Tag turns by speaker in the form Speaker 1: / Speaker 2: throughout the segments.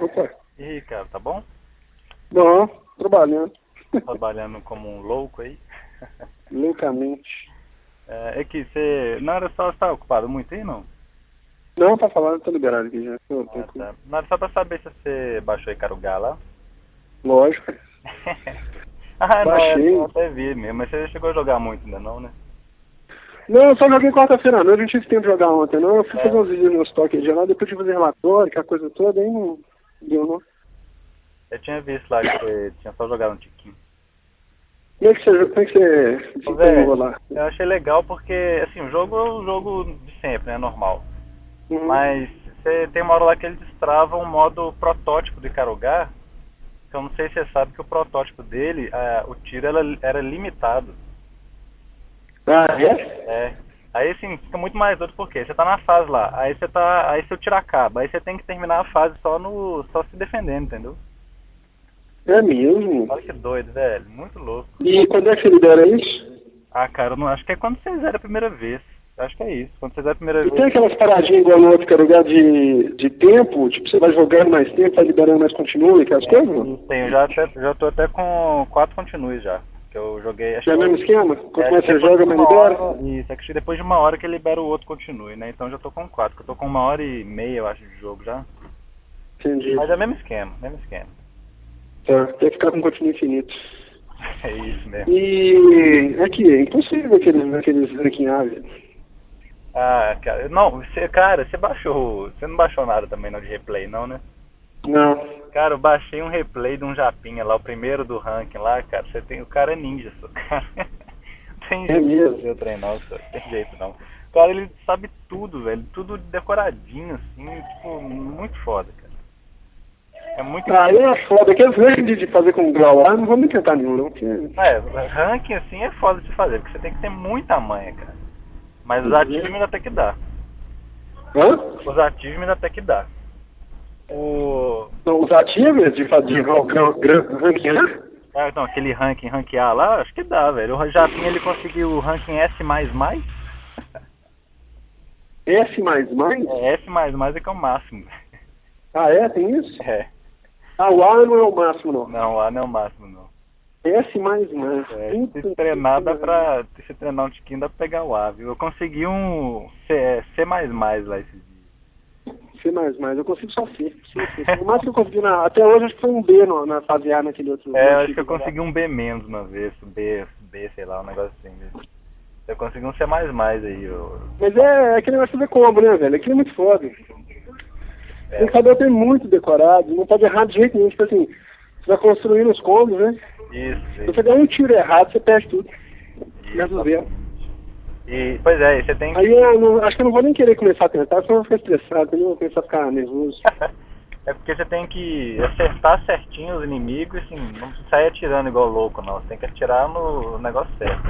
Speaker 1: Opa,
Speaker 2: E aí, cara, tá bom?
Speaker 1: bom, trabalhando
Speaker 2: Trabalhando como um louco aí.
Speaker 1: loucamente.
Speaker 2: É, é que você. Na hora só você tá ocupado muito aí, não?
Speaker 1: Não, tá falando, tô liberado aqui já. Tô, tô
Speaker 2: Ah,
Speaker 1: com-
Speaker 2: tá. Na hora só pra saber se você baixou aí Carugá lá.
Speaker 1: Lógico.
Speaker 2: ah,
Speaker 1: Baixei.
Speaker 2: não, eu até vi mesmo, mas você chegou a jogar muito ainda não, né?
Speaker 1: Não, eu só joguei quarta-feira à noite, não tive tempo de jogar ontem, não. Eu fui
Speaker 2: É.
Speaker 1: fazer uns vídeos no estoque de lá, depois de fazer relatório, que a coisa toda, aí não deu, não.
Speaker 2: Eu tinha visto lá que você tinha só jogado um tiquinho.
Speaker 1: Como é que você, como é que você
Speaker 2: Ô,
Speaker 1: desenvolveu
Speaker 2: velho,
Speaker 1: lá?
Speaker 2: eu achei legal porque, assim, o jogo é o jogo de sempre, né? Normal.
Speaker 1: Uhum.
Speaker 2: Mas você tem uma hora lá que ele destrava um modo protótipo de Karogá. Que eu não sei se você sabe que o protótipo dele, ah, o tiro era, era limitado.
Speaker 1: Ah, é?
Speaker 2: É. Aí assim, fica muito mais doido porque você tá na fase lá, aí você tá. Aí seu tiro acaba, aí você tem que terminar a fase só no. só se defendendo, entendeu?
Speaker 1: É mesmo?
Speaker 2: Olha que doido, velho. Muito louco.
Speaker 1: E quando é que libera isso?
Speaker 2: Ah, cara, eu não acho que é quando você zera a primeira vez. Eu acho que é isso. Quando você zera a primeira
Speaker 1: E
Speaker 2: vez.
Speaker 1: tem aquelas paradinhas igual no outro que é lugar de, de tempo, tipo, você vai jogando mais tempo, vai liberando mais continua e aquelas coisas? não?
Speaker 2: Tem, eu já, até, já tô até com quatro continues já. Que eu joguei. Acho
Speaker 1: Já é o
Speaker 2: que eu-
Speaker 1: mesmo esquema?
Speaker 2: É,
Speaker 1: Quanto mais
Speaker 2: acho que
Speaker 1: você
Speaker 2: depois
Speaker 1: joga,
Speaker 2: de
Speaker 1: mais
Speaker 2: uma
Speaker 1: libera?
Speaker 2: hora- Isso, é que depois de uma hora que libera o outro continue, né? Então já tô com quatro, que eu tô com uma hora e meia, eu acho, de jogo já.
Speaker 1: Entendi.
Speaker 2: Mas é o mesmo esquema, mesmo esquema.
Speaker 1: Tá, tem que ficar com continua infinito.
Speaker 2: É isso mesmo.
Speaker 1: E é que é impossível aqueles, aqueles ranking A, velho.
Speaker 2: Ah, cara, não, você, cara, você baixou, você não baixou nada também não de replay não, né?
Speaker 1: Não.
Speaker 2: Cara, eu baixei um replay de um japinha lá, o primeiro do ranking lá, cara, você tem, o cara é ninja, só, cara. Não tem
Speaker 1: É
Speaker 2: jeito de
Speaker 1: mesmo?
Speaker 2: fazer o trem não, só, não tem jeito não. Cara, ele sabe tudo, velho, tudo decoradinho, assim, tipo, muito foda, cara. É muito
Speaker 1: Ah, eu acho foda que eles ranking de- de fazer com grau lá, não vamos tentar nenhum, não. Porque...
Speaker 2: É, ranking assim é foda de fazer, porque você tem que ter muita manha, cara. Mas os
Speaker 1: Uhum.
Speaker 2: achievements até que dá.
Speaker 1: Hã?
Speaker 2: Os achievements até que dá. O.
Speaker 1: Não, os ativos de fazer grau, grau, grau, ranking A?
Speaker 2: Ah, não, aquele ranking, rank A lá, acho que dá, velho. O Japinha ele conseguiu o ranking S.
Speaker 1: S mais mais?
Speaker 2: É, S é que é o máximo.
Speaker 1: Ah, é? Tem isso?
Speaker 2: É.
Speaker 1: Ah, o A não é o máximo, não.
Speaker 2: Não, A não é o máximo, não.
Speaker 1: S mais mais.
Speaker 2: É,
Speaker 1: Puta
Speaker 2: se treinar dá
Speaker 1: que né?
Speaker 2: pra. Se treinar um tiquinho dá pra pegar o A, viu? Eu consegui um C, C lá esses dias.
Speaker 1: C mais mais, eu consigo só C. C, C. O máximo que eu consegui na, até hoje acho que foi um B no- na fase A naquele outro.
Speaker 2: É, eu acho
Speaker 1: naquele
Speaker 2: que eu
Speaker 1: lugar.
Speaker 2: consegui um B menos uma vez, B, B, sei lá, um negócio assim. mesmo. Eu consegui um C mais mais aí, eu...
Speaker 1: Mas é, é aquele negócio de fazer combo, né, velho? Aquilo é muito foda.
Speaker 2: É.
Speaker 1: Tem que saber ter muito decorado, não pode errar de jeito nenhum. Tipo assim, você vai construindo os combos, né?
Speaker 2: Isso,
Speaker 1: Se
Speaker 2: isso.
Speaker 1: você der um tiro errado, você perde tudo. Menos zero.
Speaker 2: E, pois é, e você tem
Speaker 1: Aí eu não- acho que eu não vou nem querer começar a tentar, senão eu vou ficar estressado, entendeu? Eu Vou começar a ficar nervoso.
Speaker 2: É porque você tem que acertar certinho os inimigos, assim, não sai atirando igual louco, não. Você tem que atirar no negócio certo.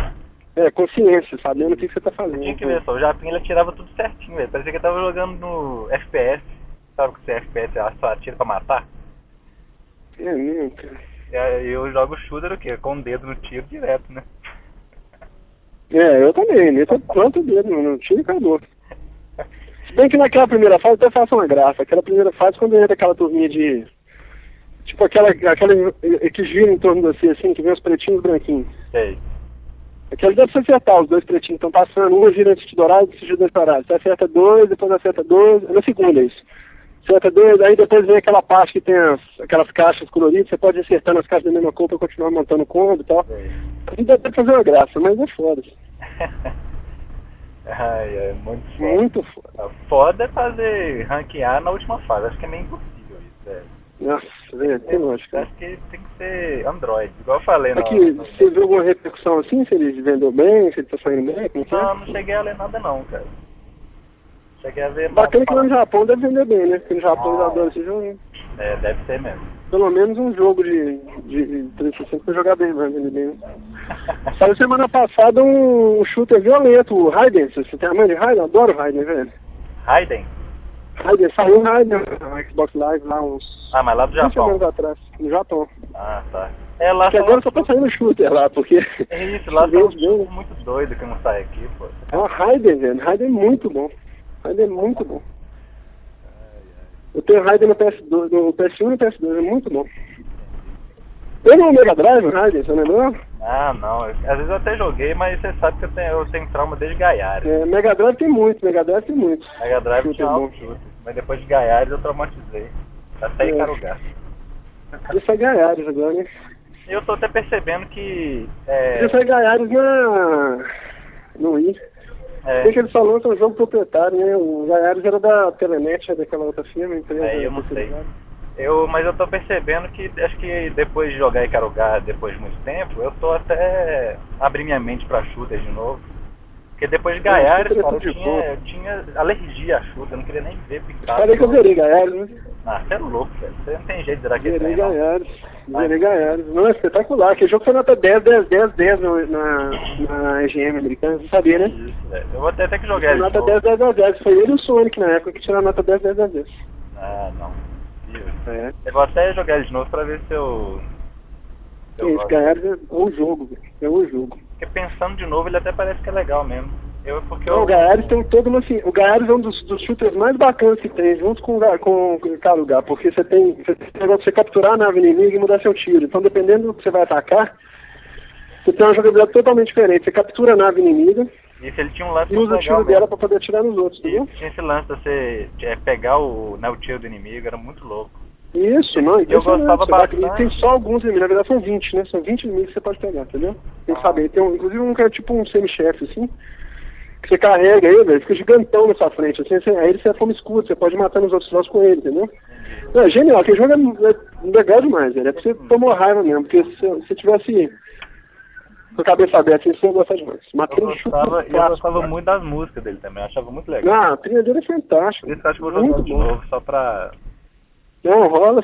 Speaker 1: É, consciência, sabendo o que que você tá fazendo.
Speaker 2: Tinha que ver só, o Japinha ele atirava tudo certinho, velho. Parecia que ele tava jogando no FPS. Sabe o que você é FPS? Você só atira pra matar?
Speaker 1: É mesmo, cara.
Speaker 2: E aí Eu jogo shooter o quê? Com o dedo no tiro direto, né?
Speaker 1: É, eu também, nem tô planto o dedo, mano. Não tinha calor. Se bem que naquela primeira fase eu até faço uma graça. Aquela primeira fase, quando entra aquela turminha de. Tipo aquela, aquela eh, que gira em torno de você, assim, que vem os pretinhos e os branquinhos.
Speaker 2: Sei.
Speaker 1: Aquela deve se acertar, os dois pretinhos estão passando, uma gira antes de dourado, outro gira antes de dourado. Você acerta dois, depois acerta dois, é na segunda isso. Acerta dois, aí depois vem aquela parte que tem as, aquelas caixas coloridas, você pode acertar nas caixas da mesma cor pra continuar montando o combo e tal.
Speaker 2: sei.
Speaker 1: Ainda dá pra fazer uma graça, mas é foda.
Speaker 2: Ai, é muito foda.
Speaker 1: Muito foda.
Speaker 2: A Foda é fazer ranquear na última fase. Acho que é meio impossível isso, velho.
Speaker 1: Nossa, velho, tem lógico.
Speaker 2: Eu
Speaker 1: cara.
Speaker 2: Acho que tem que ser Android, igual eu falei na-
Speaker 1: Aqui,
Speaker 2: na-
Speaker 1: você viu alguma repercussão assim? Se ele vendeu bem, se ele tá saindo bem, como que
Speaker 2: Não,
Speaker 1: é?
Speaker 2: não cheguei a ler nada não, cara. Cheguei a ver
Speaker 1: Bacana que lá
Speaker 2: nada.
Speaker 1: no Japão deve vender bem, né? Porque no Japão eles
Speaker 2: Ah.
Speaker 1: adoram esse jogo. né?
Speaker 2: É, deve ser mesmo.
Speaker 1: Pelo menos um jogo de, de 360 pra jogar bem, vai vender bem. né?
Speaker 2: É.
Speaker 1: Saiu semana passada um shooter violento, o Raiden. Você você tem a mãe de Raiden? Eu adoro Raiden, velho.
Speaker 2: Raiden?
Speaker 1: Raiden, saiu o Raiden no Xbox Live lá uns
Speaker 2: Ah, mas lá do
Speaker 1: duas
Speaker 2: Japão.
Speaker 1: semanas atrás, no Japão.
Speaker 2: Ah, tá. É, lá
Speaker 1: Porque
Speaker 2: são...
Speaker 1: agora só tá saindo shooter lá, porque...
Speaker 2: É isso, lá
Speaker 1: Vende
Speaker 2: são
Speaker 1: bem, né?
Speaker 2: tipo, muito doido que não sai aqui, pô.
Speaker 1: É uma Raiden, velho. Raiden é muito bom. Raiden é muito bom. Eu tenho Raiden no PS2, no PS1 e no PS2, é muito bom. Tem no Mega Drive, Raiden, você lembrou?
Speaker 2: Ah, não. eu- às vezes eu até joguei, mas você sabe que eu tenho, eu tenho trauma desde Gaiares.
Speaker 1: É, Mega Drive tem muito, Mega Drive tem muito.
Speaker 2: Mega Drive
Speaker 1: Muito
Speaker 2: tinha
Speaker 1: bom.
Speaker 2: um chute, mas depois de Gaiares eu traumatizei. Até
Speaker 1: É.
Speaker 2: em Carugá.
Speaker 1: Podia sair Gaiares agora, né?
Speaker 2: Eu tô até percebendo que. É,
Speaker 1: Podia sair Gaiares na... no Wii.
Speaker 2: é,
Speaker 1: Tem que eles falam que é um jogo proprietário, né? O Gaiares era da Telenet, era daquela outra firma, empresa.
Speaker 2: É, eu não sei.
Speaker 1: terceirizada.
Speaker 2: Eu, mas eu tô percebendo que acho que depois de jogar Icarugá depois de muito tempo, eu tô até abrir minha mente pra shooter de novo. Porque depois de Gaiares,
Speaker 1: shooter é
Speaker 2: cara, eu
Speaker 1: tudo de
Speaker 2: tinha, eu tinha alergia a shooter, eu não queria nem ver pintado.
Speaker 1: Falei que eu zerei Gaiares, né?
Speaker 2: Ah, você é louco, velho. Você não tem jeito de zerar aquele
Speaker 1: Zerei
Speaker 2: trem, Tá não.
Speaker 1: Gaiares. Zerei Gaiares. Não, é espetacular. Aquele jogo foi nota 10, 10, 10, 10 no- na, na EGM americana. Você sabia, né?
Speaker 2: Isso, velho. Eu vou até ter que jogar
Speaker 1: Foi
Speaker 2: ele. de
Speaker 1: nota
Speaker 2: novo.
Speaker 1: 10, 10, 10, 10. Foi ele e o Sonic na época que tiraram nota 10, 10, 10, 10.
Speaker 2: Ah, não. Deus.
Speaker 1: É.
Speaker 2: Eu vou até jogar ele de novo pra ver se eu. se eu
Speaker 1: Esse
Speaker 2: gosto.
Speaker 1: Gaiares é o jogo, velho. É o jogo.
Speaker 2: Porque pensando de novo, ele até parece que é legal mesmo. Eu, porque
Speaker 1: Não,
Speaker 2: eu...
Speaker 1: o Gaiares tem toda uma assim, o Gaiares é um dos, dos shooters mais bacanas que tem, junto com o Ga- com, com o Carugá, porque você tem, você tem esse negócio de você capturar a nave inimiga e mudar seu tiro. Então dependendo do que você vai atacar, você tem uma jogabilidade totalmente diferente. Você captura a nave inimiga
Speaker 2: Isso, ele tinha um lance
Speaker 1: e usa o
Speaker 2: legal
Speaker 1: tiro
Speaker 2: mesmo.
Speaker 1: dela pra poder atirar nos outros, entendeu?
Speaker 2: Isso, tinha esse lance de você é, pegar o, né, o tiro do inimigo, era muito louco.
Speaker 1: Isso, não,
Speaker 2: Eu gostava
Speaker 1: impressionante. Você vai-
Speaker 2: bastante.
Speaker 1: E tem só alguns inimigos, na verdade são 20, né? São 20 inimigos que você pode pegar, entendeu? Tem que saber. Tem um, inclusive um que é tipo um semi-chefe, assim, que você carrega ele, velho, fica gigantão na sua frente, assim, você- aí ele você é fome escura, você pode matar nos outros lados com ele, entendeu? Não, é genial, aquele jogo é, é legal demais, velho. É porque você tomou raiva mesmo, porque se, se tivesse com a cabeça aberta, assim, você ia gostar demais.
Speaker 2: Eu
Speaker 1: Matando
Speaker 2: gostava,
Speaker 1: chute,
Speaker 2: eu
Speaker 1: clássico, né?
Speaker 2: gostava
Speaker 1: cara.
Speaker 2: muito das músicas dele também, eu achava muito legal.
Speaker 1: Ah, a trilha dele é fantástica.
Speaker 2: Por isso que eu acho que eu vou jogar
Speaker 1: muito
Speaker 2: de
Speaker 1: bom.
Speaker 2: novo, só pra.
Speaker 1: Não, rola.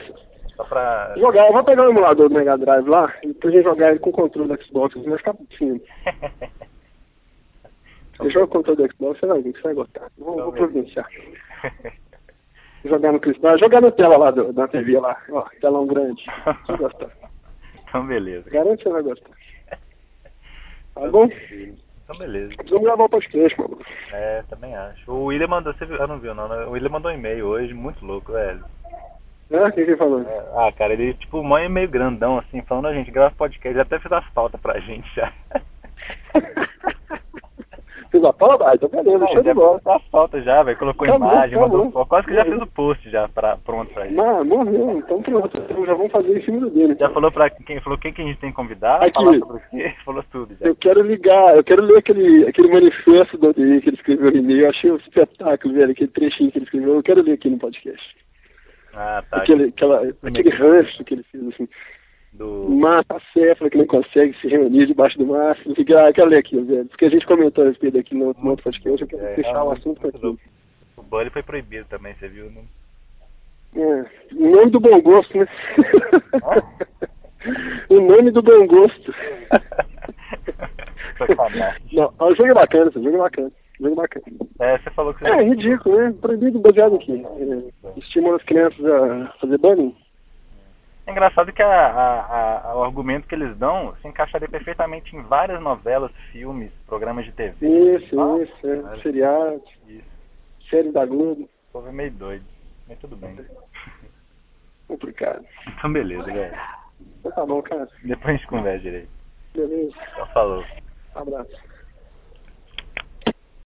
Speaker 2: Só pra.
Speaker 1: Jogar, eu vou pegar o emulador do Mega Drive lá e pra gente jogar ele com o controle do Xbox, vai ficar fino. Você joga o controle do Xbox, você vai ver que você vai gostar. Vou, vou
Speaker 2: Talvez.
Speaker 1: providenciar. Jogar no cristal, jogar na tela lá do- da TV lá, ó, telão grande. Você vai gostar.
Speaker 2: então beleza.
Speaker 1: Garanto que você vai gostar. Tá bom?
Speaker 2: Então beleza.
Speaker 1: Precisamos gravar o podcast, mano.
Speaker 2: É, também acho. O William mandou, você viu? Ah, não viu não, né? O William mandou um e-mail hoje, muito louco, velho.
Speaker 1: Né? O que que ele falou?
Speaker 2: É, ah, cara, ele tipo, mãe e-mail grandão, assim, falando, a gente grava podcast, ele até fez as faltas pra gente já.
Speaker 1: Fiz a fala, ah, então beleza,
Speaker 2: Não,
Speaker 1: show de
Speaker 2: já
Speaker 1: bola.
Speaker 2: fez as faltas já, velho. Colocou
Speaker 1: Acabou,
Speaker 2: imagem,
Speaker 1: acabou.
Speaker 2: mandou foto. Quase que já
Speaker 1: Uhum.
Speaker 2: fez o post já pra, pronto pra gente.
Speaker 1: Mas morreu, então pronto, já vamos fazer em cima do dele.
Speaker 2: Já falou pra quem falou quem que a gente tem que convidar,
Speaker 1: Aqui.
Speaker 2: falar sobre o quê, falou tudo já.
Speaker 1: Eu quero ligar, eu quero ler aquele, aquele manifesto do ADI que ele escreveu no e-mail. Eu achei um espetáculo, velho, aquele trechinho que ele escreveu. Eu quero ler aqui no podcast.
Speaker 2: Ah, tá.
Speaker 1: aquele, aquela, aquele rancho que ele fez, assim.
Speaker 2: Do.
Speaker 1: Mata a céfala que não consegue se reunir debaixo do mastro. Fica, ah, eu quero ler aquilo, velho. Porque a gente comentou a respeito aqui no, no outro podcast. Eu quero
Speaker 2: É,
Speaker 1: fechar o
Speaker 2: realmente,
Speaker 1: assunto com
Speaker 2: muito
Speaker 1: aquilo.
Speaker 2: louco. O Bully foi proibido também, você viu? né? Não...
Speaker 1: É, o nome do bom gosto, né?
Speaker 2: Hã?
Speaker 1: o nome do bom gosto.
Speaker 2: Sacanagem.
Speaker 1: não, o jogo é bacana, esse jogo é bacana. O jogo é bacana.
Speaker 2: É, você falou que você.
Speaker 1: É ridículo, né? Proibido baseado em quê? É, estimula as crianças a fazer bullying?
Speaker 2: É engraçado que a, a- a- o argumento que eles dão se encaixaria perfeitamente em várias novelas, filmes, programas de TV.
Speaker 1: Isso,
Speaker 2: Ah,
Speaker 1: isso, é,
Speaker 2: cara.
Speaker 1: seriado,
Speaker 2: Isso.
Speaker 1: séries da Globo,
Speaker 2: O povo é meio doido. Mas tudo bem.
Speaker 1: complicado.
Speaker 2: Então beleza, velho.
Speaker 1: Então tá bom, cara.
Speaker 2: Depois a gente conversa direito.
Speaker 1: Beleza,
Speaker 2: Então falou.
Speaker 1: abraço.